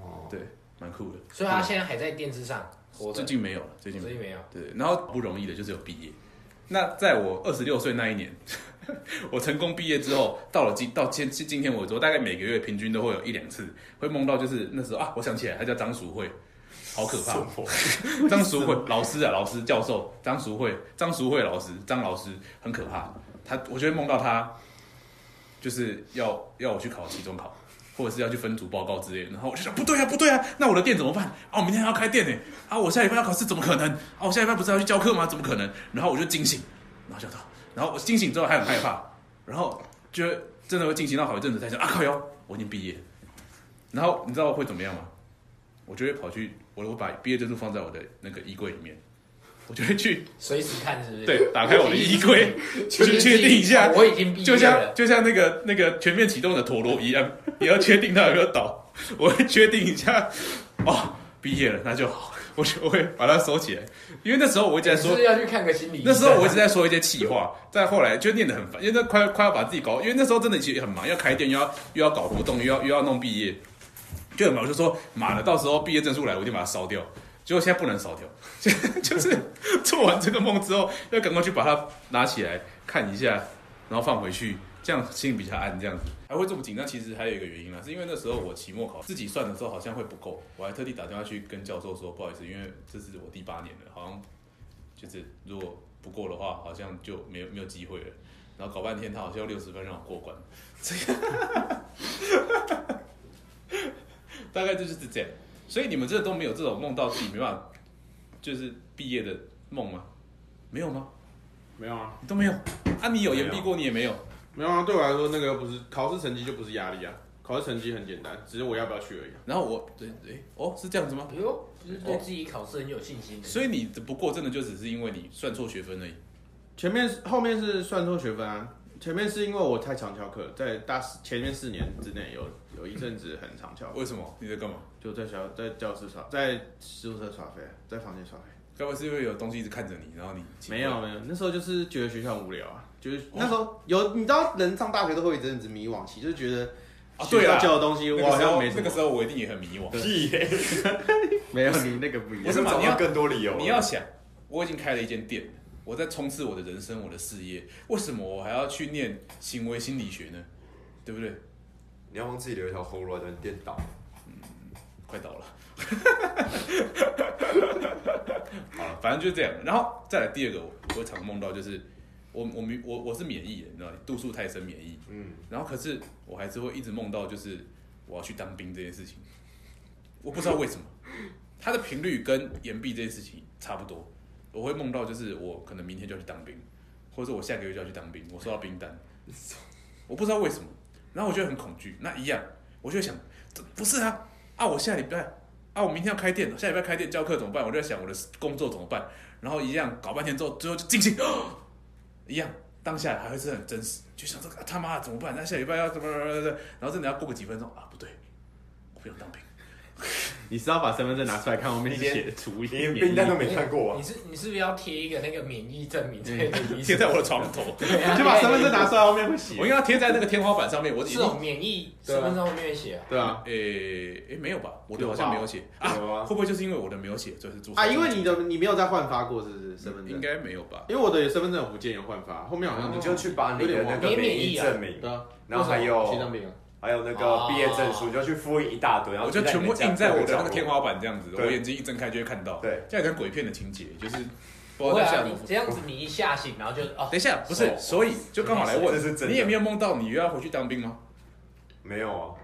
Speaker 2: 哦，
Speaker 1: 对，蛮酷的。
Speaker 5: 所以他现在还在电视上活着
Speaker 1: 最，近没有了，最近没有
Speaker 5: 所以没有。
Speaker 1: 对，然后不容易的就是有毕业。那在我二十六岁那一年， 我成功毕业之后，到了今到今今天我做，大概每个月平均都会有一两次会梦到，就是那时候啊，我想起来，他叫张淑慧，好可怕。 张淑慧老师啊，老师教授张淑慧，张淑慧老师，张老师很可怕。他我就会梦到他，就是要要我去考期中考，或者是要去分组报告之类的。然后我就想，不对啊，不对啊，那我的店怎么办？啊，我明天还要开店呢、啊，我下礼拜要考试，怎么可能？啊，我下礼拜不是要去教课吗？怎么可能？然后我就惊醒，然后想到，然后我惊醒之后还很害怕，然后就真的会惊醒到好一阵子才想啊靠哟，我已经毕业了。然后你知道会怎么样吗？我就会跑去，我我把毕业证书放在我的那个衣柜里面，我就会去
Speaker 5: 随时看是不是？
Speaker 1: 对打开我的衣 柜 去确定一下
Speaker 5: 哦，我已经毕业
Speaker 1: 就像
Speaker 5: 了。
Speaker 1: 就像那个那个全面启动的陀螺一样，你要确定它有没有倒， 我会确定一下。哦，毕业了，那就好， 我就会把它收起来。因为那时候我一直在
Speaker 5: 是不
Speaker 1: 说
Speaker 5: 是，要去看个心理医
Speaker 1: 那
Speaker 5: 生啊？
Speaker 1: 时候我一直在说一些气话，再后来就念得很烦，因为那快快要把自己搞，因为那时候真的其实很忙，要开店，又要又要搞活动，又要又要弄毕业，就很忙。我就说妈的，到时候毕业证书来，我一定把它烧掉。结果现在不能烧掉，就 就是做完这个梦之后，要赶快去把它拿起来看一下，然后放回去，这样心里比较安。这样子还会这么紧张，其实还有一个原因啦，是因为那时候我期末考自己算的时候好像会不够，我还特地打电话去跟教授说，不好意思，因为这是我第八年了，好像就是如果不过的话，好像就没有没有机会了。然后搞半天，他好像六十分让我过关， 这个大概就是这样。所以你们这都没有这种梦到自己没办法，就是毕业的梦吗？没有吗？
Speaker 4: 没有啊，
Speaker 1: 你都没有？啊，你有延毕过，你也没有。
Speaker 4: 没有啊，对我来说那个又不是考试成绩就不是压力啊，考试成绩很简单，只是我要不要去而已啊、
Speaker 1: 然后我，对对，哦，是这样子吗？
Speaker 5: 哎呦，就是对自己考试很有信心的。
Speaker 1: 所以你的不过真的就只是因为你算错学分而已。
Speaker 4: 前面是后面是算错学分啊，前面是因为我太常翘课，在大四前面四年之内有有一阵子很常翘课，
Speaker 1: 为什么？你在干嘛？
Speaker 4: 就在小在教室耍，在宿舍耍废，啊在房间耍废。
Speaker 1: 该不会是因为有东西一直看着你，然后你
Speaker 4: 没有？没有，那时候就是觉得学校很无聊啊，就是
Speaker 1: 哦
Speaker 4: 那时候有你知道人上大学都会有一阵子迷惘期，就是觉得
Speaker 1: 啊
Speaker 4: 学
Speaker 1: 对
Speaker 4: 校
Speaker 1: 啊
Speaker 4: 教的东西
Speaker 1: 那
Speaker 4: 我
Speaker 1: 个
Speaker 4: 好
Speaker 1: 时
Speaker 4: 像
Speaker 1: 候
Speaker 4: 没什
Speaker 1: 那个时
Speaker 4: 么。
Speaker 1: 候我一定也很迷惘。
Speaker 2: 屁耶！
Speaker 4: 没有你那个不一
Speaker 1: 不
Speaker 4: 样
Speaker 1: 是，嘛
Speaker 2: 找
Speaker 1: 你要
Speaker 2: 到更多理由了。啊
Speaker 1: 你要想，我已经开了一间店，我在冲刺我的人生，我的事业，为什么我还要去念行为心理学呢？对不对？
Speaker 2: 你要帮自己留一条后路，等电倒。
Speaker 1: 快倒了。 好了，反正就这样。然后再来第二个，我我常梦到就是我我免我我是免疫的，你知道，度数太深免疫。
Speaker 2: 嗯，
Speaker 1: 然后可是我还是会一直梦到就是我要去当兵这件事情，我不知道为什么，它的频率跟岩壁这件事情差不多。我会梦到就是我可能明天就要去当兵，或者是我下个月就要去当兵，我收到兵单，我不知道为什么，然后我就很恐惧。那一样，我就想，这不是啊啊！我下礼拜啊，我明天要开店，下礼拜开店教课怎么办？我就在想我的工作怎么办，然后一样搞半天之后，最后就进行。 一样，当下还会是很真实，就想这个、啊、他妈的怎么办？那下礼拜要怎么怎么怎么怎么？然后真的要过个几分钟啊，不对，我不想当兵。
Speaker 4: 你是要把身份证拿出来看后面是写的厨艺
Speaker 2: 连
Speaker 4: 免
Speaker 2: 冰
Speaker 4: 疫，
Speaker 2: 单都没看过啊
Speaker 5: 你！是你是不是要贴一个那个免疫证明在你的医生
Speaker 1: 贴在我的床头，
Speaker 5: 对啊
Speaker 4: 就把身份证拿出来后面会
Speaker 1: 我应
Speaker 4: 写。
Speaker 1: 该要贴在那个天花板上面。我已
Speaker 5: 是
Speaker 1: 经
Speaker 5: 哦，免疫
Speaker 4: 对
Speaker 5: 身
Speaker 4: 啊
Speaker 5: 份证后面写啊。
Speaker 4: 对啊，
Speaker 1: 诶诶没有吧？我的好像没有写啊，
Speaker 2: 有啊
Speaker 1: 会不会就是因为我的没有写，就是注册
Speaker 4: 啊，因为你的你没有再换发过，是不是身份证？
Speaker 1: 应该没有吧？
Speaker 4: 因为我的身份证有不见有换发，后面好像
Speaker 2: 你就去把你的那个免疫证明，
Speaker 4: 对啊，
Speaker 2: 然后还有
Speaker 4: 心脏病啊，
Speaker 2: 还有那个毕业证书，你就去复印一大堆，然后
Speaker 1: 我就全部印在我的那个天
Speaker 2: 花。
Speaker 1: 花板这样子，我
Speaker 2: 对
Speaker 1: 眼睛一睁开就会看到。
Speaker 2: 对，
Speaker 1: 这样跟鬼片的情节，就是不
Speaker 5: 不
Speaker 1: 知道
Speaker 5: 会
Speaker 1: 在吓
Speaker 5: 啊，
Speaker 1: 什
Speaker 5: 你
Speaker 1: 么。
Speaker 5: 这样子你一吓醒，然后就哦
Speaker 1: 等，一下，不是，
Speaker 2: 是
Speaker 1: 所以就刚好来问
Speaker 2: 这是真，的
Speaker 1: 你也没有梦到你又要回去当兵吗？
Speaker 2: 没有啊，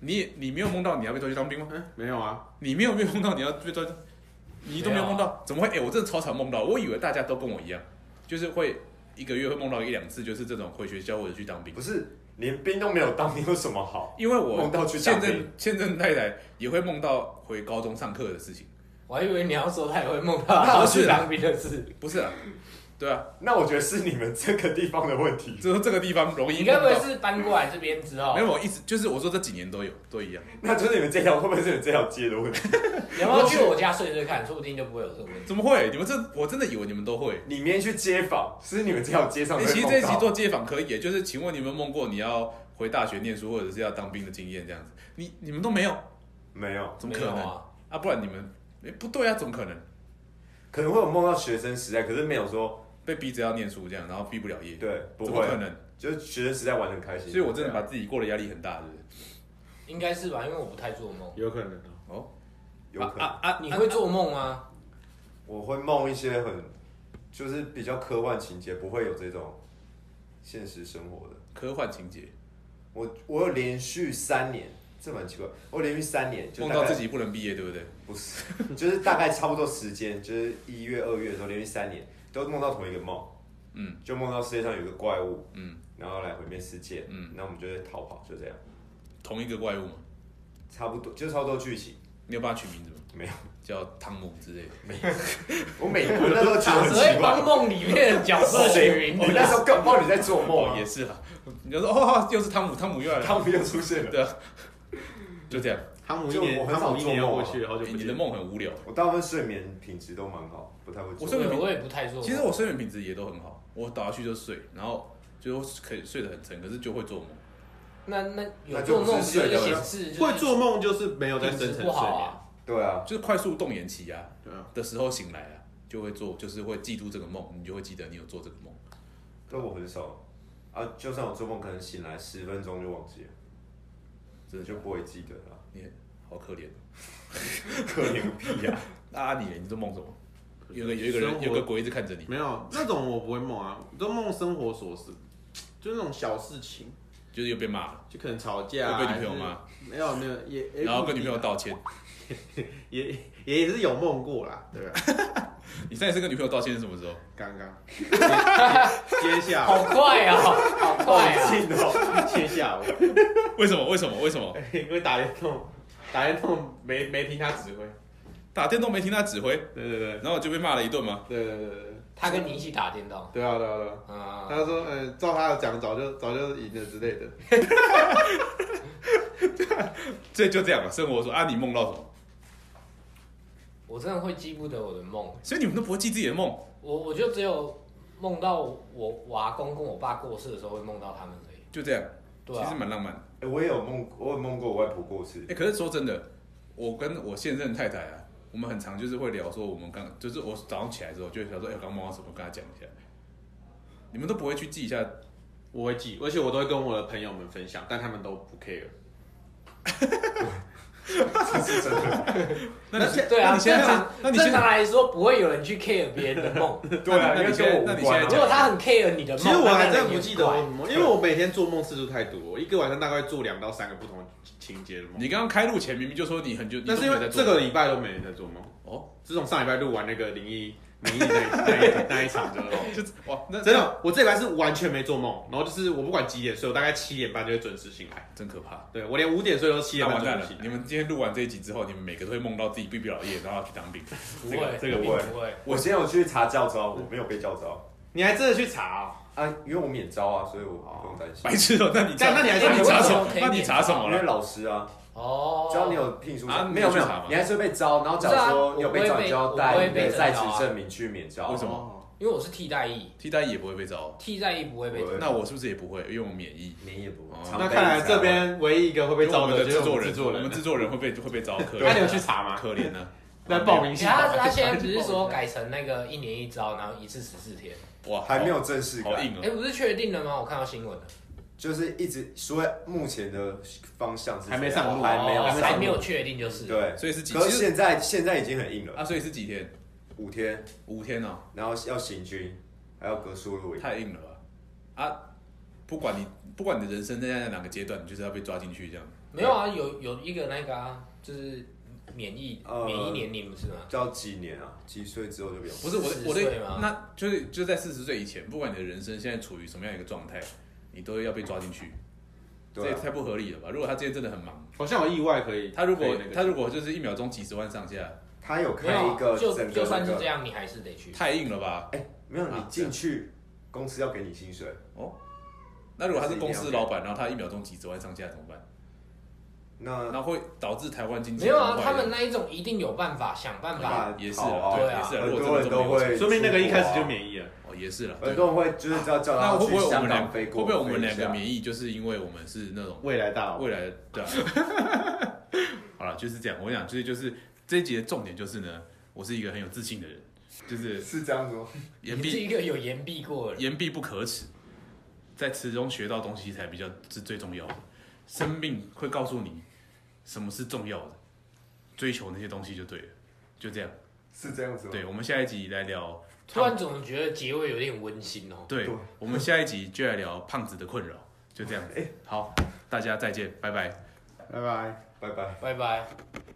Speaker 1: 你也你没有梦到你要被抓去当兵吗？
Speaker 4: 嗯，没有啊，
Speaker 1: 你没有没有梦到你要被抓，你都没有梦
Speaker 5: 啊
Speaker 1: 到，怎么会？哎、我真的超常梦到，我以为大家都跟我一样，就是会一个月会梦到一两次，就是这种回学校或者去当兵
Speaker 2: 不。是连兵都没有当，你有什么好？
Speaker 1: 因为我
Speaker 2: 梦到去
Speaker 1: 现
Speaker 2: 当兵
Speaker 1: 任现任太太也会梦到回高中上课的事情，
Speaker 5: 我还以为你要说他也会梦到他要
Speaker 1: 不是
Speaker 5: 去
Speaker 1: 啊
Speaker 5: 当兵的事。
Speaker 1: 不是啊？对啊，
Speaker 2: 那我觉得是你们这个地方的问题。
Speaker 1: 只是这个地方容易
Speaker 5: 你
Speaker 1: 梦
Speaker 5: 该不会
Speaker 1: 到。
Speaker 5: 是搬过来这边哦之后
Speaker 1: 没，有，我一直就是我说这几年都有，都一样。
Speaker 2: 那就是你们这条，会不会是你们这条街的问题？
Speaker 5: 你要不要去我家睡睡看？说不定就不会有这个问题。
Speaker 1: 怎么会？你们这我真的以为你们都会。
Speaker 2: 里面去街访，是你们这条街上
Speaker 1: 哎、
Speaker 2: 会
Speaker 1: 其实这一集
Speaker 2: 碰到
Speaker 1: 做街访可以耶，就是请问你有没有梦过你要回大学念书或者是要当兵的经验这样子？你你们都没有，
Speaker 2: 没有，
Speaker 1: 怎么可能
Speaker 5: 没有啊？
Speaker 1: 啊？不然你们哎、不对啊，怎么可能
Speaker 2: 可能会有梦到学生时代，可是没有说
Speaker 1: 被逼着要念书这样，然后毕不了业？
Speaker 2: 对，不
Speaker 1: 怎么
Speaker 2: 会
Speaker 1: 可，能？
Speaker 2: 就是学生时代玩得很开心。
Speaker 1: 所以我真的把自己过得压力很大，是不是？
Speaker 2: 啊
Speaker 5: 应该是吧，因为我不太做梦。
Speaker 4: 有可能啊。
Speaker 1: 哦，
Speaker 2: 有可能，
Speaker 1: 啊
Speaker 5: 你会做梦吗？
Speaker 2: 我会梦一些很就是比较科幻情节，不会有这种现实生活的。
Speaker 1: 科幻情节，
Speaker 2: 我我有连续三年，这蛮奇怪，我连续三年就
Speaker 1: 梦
Speaker 2: 大
Speaker 1: 到
Speaker 2: 概
Speaker 1: 自己不能毕业，对不对？
Speaker 2: 不是， 就是大概差不多时间，就是一月、二月的时候，连续三年都梦到同一个梦，
Speaker 1: 嗯
Speaker 2: 就梦到世界上有一个怪物，
Speaker 1: 嗯，
Speaker 2: 然后来毁灭世界，
Speaker 1: 嗯
Speaker 2: 嗯，那我们就会逃跑，就这样，
Speaker 1: 同一个怪物嘛，
Speaker 2: 差不多就差不多剧情。
Speaker 1: 你有帮他取名字吗？
Speaker 2: 没有，
Speaker 1: 叫汤姆之类的。
Speaker 2: 我每我那时候觉得
Speaker 5: 他
Speaker 2: 很
Speaker 5: 只会
Speaker 2: 奇
Speaker 5: 帮
Speaker 2: 怪，
Speaker 5: 梦里面的角色取
Speaker 2: 啊
Speaker 5: 名
Speaker 2: 我
Speaker 5: 字
Speaker 2: 那。时候根本不知道你在做梦
Speaker 1: 哦，
Speaker 2: 啊
Speaker 1: 也，是啊。你就说哦，又是汤姆，汤姆又来了，
Speaker 2: 汤姆又出现了。
Speaker 1: 对啊， 就这样。哎
Speaker 4: 汤姆一
Speaker 2: 就我
Speaker 4: 年，
Speaker 2: 很少
Speaker 4: 汤姆一年要
Speaker 2: 做梦啊
Speaker 4: 过去了，好久不
Speaker 1: 你
Speaker 4: 见
Speaker 1: 的。梦很无聊。
Speaker 2: 我大部分睡眠品质都蛮好，不太会
Speaker 1: 我
Speaker 2: 做
Speaker 1: 睡
Speaker 2: 梦。
Speaker 1: 眠
Speaker 5: 对，
Speaker 1: 品
Speaker 5: 我也不太做梦。
Speaker 1: 其实我睡眠品质也都很好，我倒下去就睡，然后就可以睡得很沉，可是就会做梦。
Speaker 5: 那那有
Speaker 2: 那就
Speaker 5: 做
Speaker 2: 不是
Speaker 5: 梦只有一个
Speaker 2: 睡
Speaker 5: 显
Speaker 2: 的
Speaker 5: 示，就是
Speaker 4: 会做梦就是没有在深层
Speaker 5: 品质
Speaker 4: 睡
Speaker 5: 不好
Speaker 4: 眠
Speaker 5: 啊，
Speaker 2: 对啊，
Speaker 1: 就是快速动眼期啊
Speaker 4: 对啊，
Speaker 1: 的时候醒来啊，就会做，就是会记住这个梦，你就会记得你有做这个梦。
Speaker 2: 但我很少啊，就算我做梦，可能醒来十分钟就忘记了，
Speaker 1: 真的
Speaker 2: 就
Speaker 1: 就
Speaker 2: 不会记得了。
Speaker 1: 你好可怜。
Speaker 2: 可怜个屁啊！
Speaker 1: 那阿你你都梦什么？有个有一个人
Speaker 4: 生活
Speaker 1: 有个鬼一直看着你，
Speaker 4: 没有那种我不会梦啊，都梦生活琐事，就那种小事情，
Speaker 1: 就是又被骂了，
Speaker 4: 就可能吵架、
Speaker 1: 又
Speaker 4: 啊。
Speaker 1: 被女朋友骂，
Speaker 4: 还是？没有没有也，也
Speaker 1: 然后跟女朋友道歉。
Speaker 4: 也也也是有梦过啦，对吧、啊
Speaker 1: 你上一次跟女朋友道歉是什么时候？
Speaker 4: 刚刚接下
Speaker 5: 好
Speaker 4: 午，
Speaker 5: 快啊，好快啊！
Speaker 2: 进哦，
Speaker 4: 接下午，
Speaker 1: 为什么？为什么？为什么？
Speaker 4: 因为打电动，打电动没没听他指挥，
Speaker 1: 打电动没听他指挥，
Speaker 4: 对对对
Speaker 1: 然后就被骂了一顿吗？
Speaker 4: 对对对对对，
Speaker 5: 他跟你一起打电动，
Speaker 4: 对啊对啊对啊。
Speaker 5: 嗯，
Speaker 4: 他说：“嗯、照他的讲，早就早就赢了之类的。
Speaker 1: 这就这样吧。生活说啊，你梦到什么？
Speaker 5: 我真的会记不得我的梦，
Speaker 1: 所以你们都不会记自己的梦。
Speaker 5: 我我就只有梦到我我阿公跟我爸过世的时候会梦到他们而已。
Speaker 1: 就这样，
Speaker 5: 对
Speaker 1: 其实
Speaker 5: 啊，
Speaker 1: 蛮浪漫的。
Speaker 2: 欸 我也有梦，我有梦过我外婆过世
Speaker 1: 哎、。可是说真的，我跟我现任太太啊，我们很常就是会聊说，我们刚就是我早上起来之后就会想说，哎、我刚梦到什么，跟她讲一下。你们都不会去记一下，
Speaker 4: 我会记，而且我都会跟我的朋友们分享，但他们都 不 care。
Speaker 1: 那你是
Speaker 5: 对啊，
Speaker 1: 那你现在
Speaker 5: 正常
Speaker 1: 那你现
Speaker 5: 正
Speaker 1: 在
Speaker 4: 啊
Speaker 5: 常来说不会有人去 care 别人的梦，
Speaker 2: 对啊，
Speaker 1: 那你
Speaker 2: 因为跟我
Speaker 1: 那
Speaker 2: 无
Speaker 1: 你
Speaker 2: 关
Speaker 1: 现
Speaker 2: 啊
Speaker 1: 在
Speaker 5: 结果他很 care 你的梦。
Speaker 4: 其实我还
Speaker 5: 那
Speaker 4: 真
Speaker 5: 真
Speaker 4: 的
Speaker 5: 的
Speaker 4: 不记得我的梦，因为我每天做梦次数太多，我一个晚上大概做两到三个不同情节的梦。
Speaker 1: 你刚刚开录前明明就说你很久，你
Speaker 4: 但
Speaker 1: 都
Speaker 4: 是
Speaker 1: 没
Speaker 4: 因
Speaker 1: 有
Speaker 4: 为
Speaker 1: 在做
Speaker 4: 这个礼拜都没人在做梦，
Speaker 1: 哦，
Speaker 4: 自从上礼拜录完那个灵异灵异那一那一那一场之后，
Speaker 1: 就是哇，那
Speaker 4: 真的，我这礼拜是完全没做梦，然后就是我不管几点睡，我大概七点半就会准时醒来。
Speaker 1: 真可怕。
Speaker 4: 对我连五点睡都七
Speaker 1: 那
Speaker 4: 点半
Speaker 1: 完蛋
Speaker 4: 准时
Speaker 1: 了
Speaker 4: 醒！来
Speaker 1: 你。们今天录完这一集之后，你们每个都会梦到自己毕不了业，然后要去当兵。
Speaker 5: 不会，
Speaker 2: 这个
Speaker 5: 并
Speaker 2: 我也
Speaker 5: 不会。
Speaker 2: 我今天有去查教招，我没有被教招
Speaker 4: 你还真的去查哦？
Speaker 2: 啊，因为我免招啊，所以我不用担心
Speaker 1: 白。痴哦、那你查
Speaker 4: 但那你还是
Speaker 1: 你查什么
Speaker 5: 可以？
Speaker 1: 那你查什么
Speaker 2: 因为
Speaker 1: 了？
Speaker 2: 老师啊，
Speaker 5: 哦，
Speaker 2: 只要你有聘书
Speaker 1: 啊
Speaker 2: 没有
Speaker 1: 你
Speaker 2: 没
Speaker 1: 有
Speaker 2: 有
Speaker 1: 去查吗，
Speaker 2: 你还是会被招。然后假如说你有被招，你就要
Speaker 5: 不是啊
Speaker 2: 带
Speaker 5: 我不会
Speaker 2: 你
Speaker 5: 被
Speaker 2: 的
Speaker 5: 征
Speaker 2: 在职
Speaker 5: 召啊
Speaker 2: 证明去免招
Speaker 1: 为。什么
Speaker 4: 哦，
Speaker 5: 因为我是替代役，
Speaker 1: 替代役也不会被招，
Speaker 5: 替代役不会被
Speaker 2: 不会
Speaker 1: 那我是不是也不会？因为我免疫。
Speaker 2: 你也不
Speaker 1: 哦
Speaker 2: 常
Speaker 4: 那
Speaker 2: 被
Speaker 4: 看来
Speaker 2: 招
Speaker 4: 这边唯一一个会被
Speaker 1: 因为我
Speaker 4: 招
Speaker 1: 们
Speaker 4: 的
Speaker 1: 的
Speaker 4: 就是
Speaker 1: 制
Speaker 4: 我
Speaker 1: 作
Speaker 4: 们
Speaker 1: 人，
Speaker 4: 制作
Speaker 1: 我们
Speaker 4: 人。
Speaker 1: 制作人会被会被招，可
Speaker 4: 那你有
Speaker 1: 怜
Speaker 4: 去查吗？
Speaker 1: 可怜呢。
Speaker 4: 那报名系统
Speaker 5: 他他现在不是说改成那个一年一招，然后一次十四天？
Speaker 1: 哇，
Speaker 2: 还没有啊正式
Speaker 1: 好
Speaker 2: 改，
Speaker 1: 硬
Speaker 5: 哎，
Speaker 1: 哦。
Speaker 5: 不是确定了吗？我看到新闻了，
Speaker 2: 就是一直所以目前的方向是
Speaker 4: 还没
Speaker 2: 这样
Speaker 4: 上路
Speaker 2: 还没有
Speaker 5: 哦
Speaker 2: 上路
Speaker 5: 还没有确定就是。
Speaker 2: 对。
Speaker 1: 所以是几？
Speaker 2: 可
Speaker 1: 其
Speaker 2: 是
Speaker 1: 实
Speaker 2: 现在现在已经很硬了，
Speaker 1: 啊，所以是几天？
Speaker 2: 五天，
Speaker 1: 五天哦，
Speaker 2: 然后要行军，还要隔宿露营。
Speaker 1: 太硬了吧？啊，不管你不管你的人生现在在哪个阶段，你就是要被抓进去这样。
Speaker 5: 没有啊，有有一个那个啊，就是免疫
Speaker 2: 呃
Speaker 5: 免疫年龄不是吗？
Speaker 2: 要几年啊？几岁之后就不用？
Speaker 1: 不是我的
Speaker 5: 40
Speaker 1: 我的
Speaker 5: 岁吗，
Speaker 1: 那就是就是在四十岁以前，不管你的人生现在处于什么样一个状态，你都要被抓进去，这
Speaker 2: 对
Speaker 1: 也
Speaker 2: 啊，
Speaker 1: 太不合理了吧？如果他今天真的很忙，
Speaker 4: 好像有意外可以。
Speaker 1: 他如果
Speaker 4: 可以那个
Speaker 1: 他如果就是一秒钟几十万上下，
Speaker 6: 他有
Speaker 5: 没
Speaker 6: 开
Speaker 5: 有
Speaker 6: 一个
Speaker 5: 就
Speaker 6: 整个那个
Speaker 5: 就算是这样，你还是得去。
Speaker 1: 太硬了吧？
Speaker 6: 哎、没有，
Speaker 1: 啊
Speaker 6: 你进去、公司要给你薪水，
Speaker 1: 那如果他是公司老板，然后他一秒钟几十万上下怎么办？
Speaker 6: 那
Speaker 1: 那会导致台湾经济
Speaker 5: 没有啊
Speaker 1: 很，坏
Speaker 5: 他们那一种一定有办法，想办法。
Speaker 1: 也是
Speaker 6: 逃
Speaker 1: 啊
Speaker 6: 啊
Speaker 1: 对
Speaker 5: 啊
Speaker 1: 也是啊，如
Speaker 6: 很多
Speaker 1: 果真的
Speaker 6: 人
Speaker 1: 这
Speaker 6: 都
Speaker 1: 么有钱
Speaker 6: 会，
Speaker 4: 说明那个一开始就，免疫了。
Speaker 1: 哦也是了，对
Speaker 6: 很多人会就是呃要叫
Speaker 1: 那
Speaker 6: 他
Speaker 1: 会不
Speaker 6: 去
Speaker 1: 会我
Speaker 6: 香
Speaker 1: 们两
Speaker 6: 港飞
Speaker 1: 会
Speaker 6: 过，
Speaker 1: 不会我们两
Speaker 6: 飞
Speaker 1: 个
Speaker 6: 一下
Speaker 1: 免疫，就是因为我们是那种
Speaker 4: 未来大佬，
Speaker 1: 未来的对啊？啊 好了，就是这样。我想，就是就是这一集的重点就是呢，我是一个很有自信的人，就是
Speaker 6: 是这样子哦吗？
Speaker 1: 言
Speaker 5: 你是
Speaker 1: 必
Speaker 5: 一个有言必过的人，
Speaker 1: 言必不可耻，在词中学到东西才比较是最重要的。生命会告诉你什么是重要的，追求那些东西就对了，就这样。
Speaker 6: 是这样子吗？哦
Speaker 1: 对，我们下一集来聊
Speaker 5: 突然总觉得结尾有点温馨哦。
Speaker 1: 对
Speaker 6: 对，
Speaker 1: 我们下一集就来聊胖子的困扰，就这样子。好，大家再见，拜拜。
Speaker 4: 拜拜。
Speaker 6: 拜拜。
Speaker 5: 拜拜。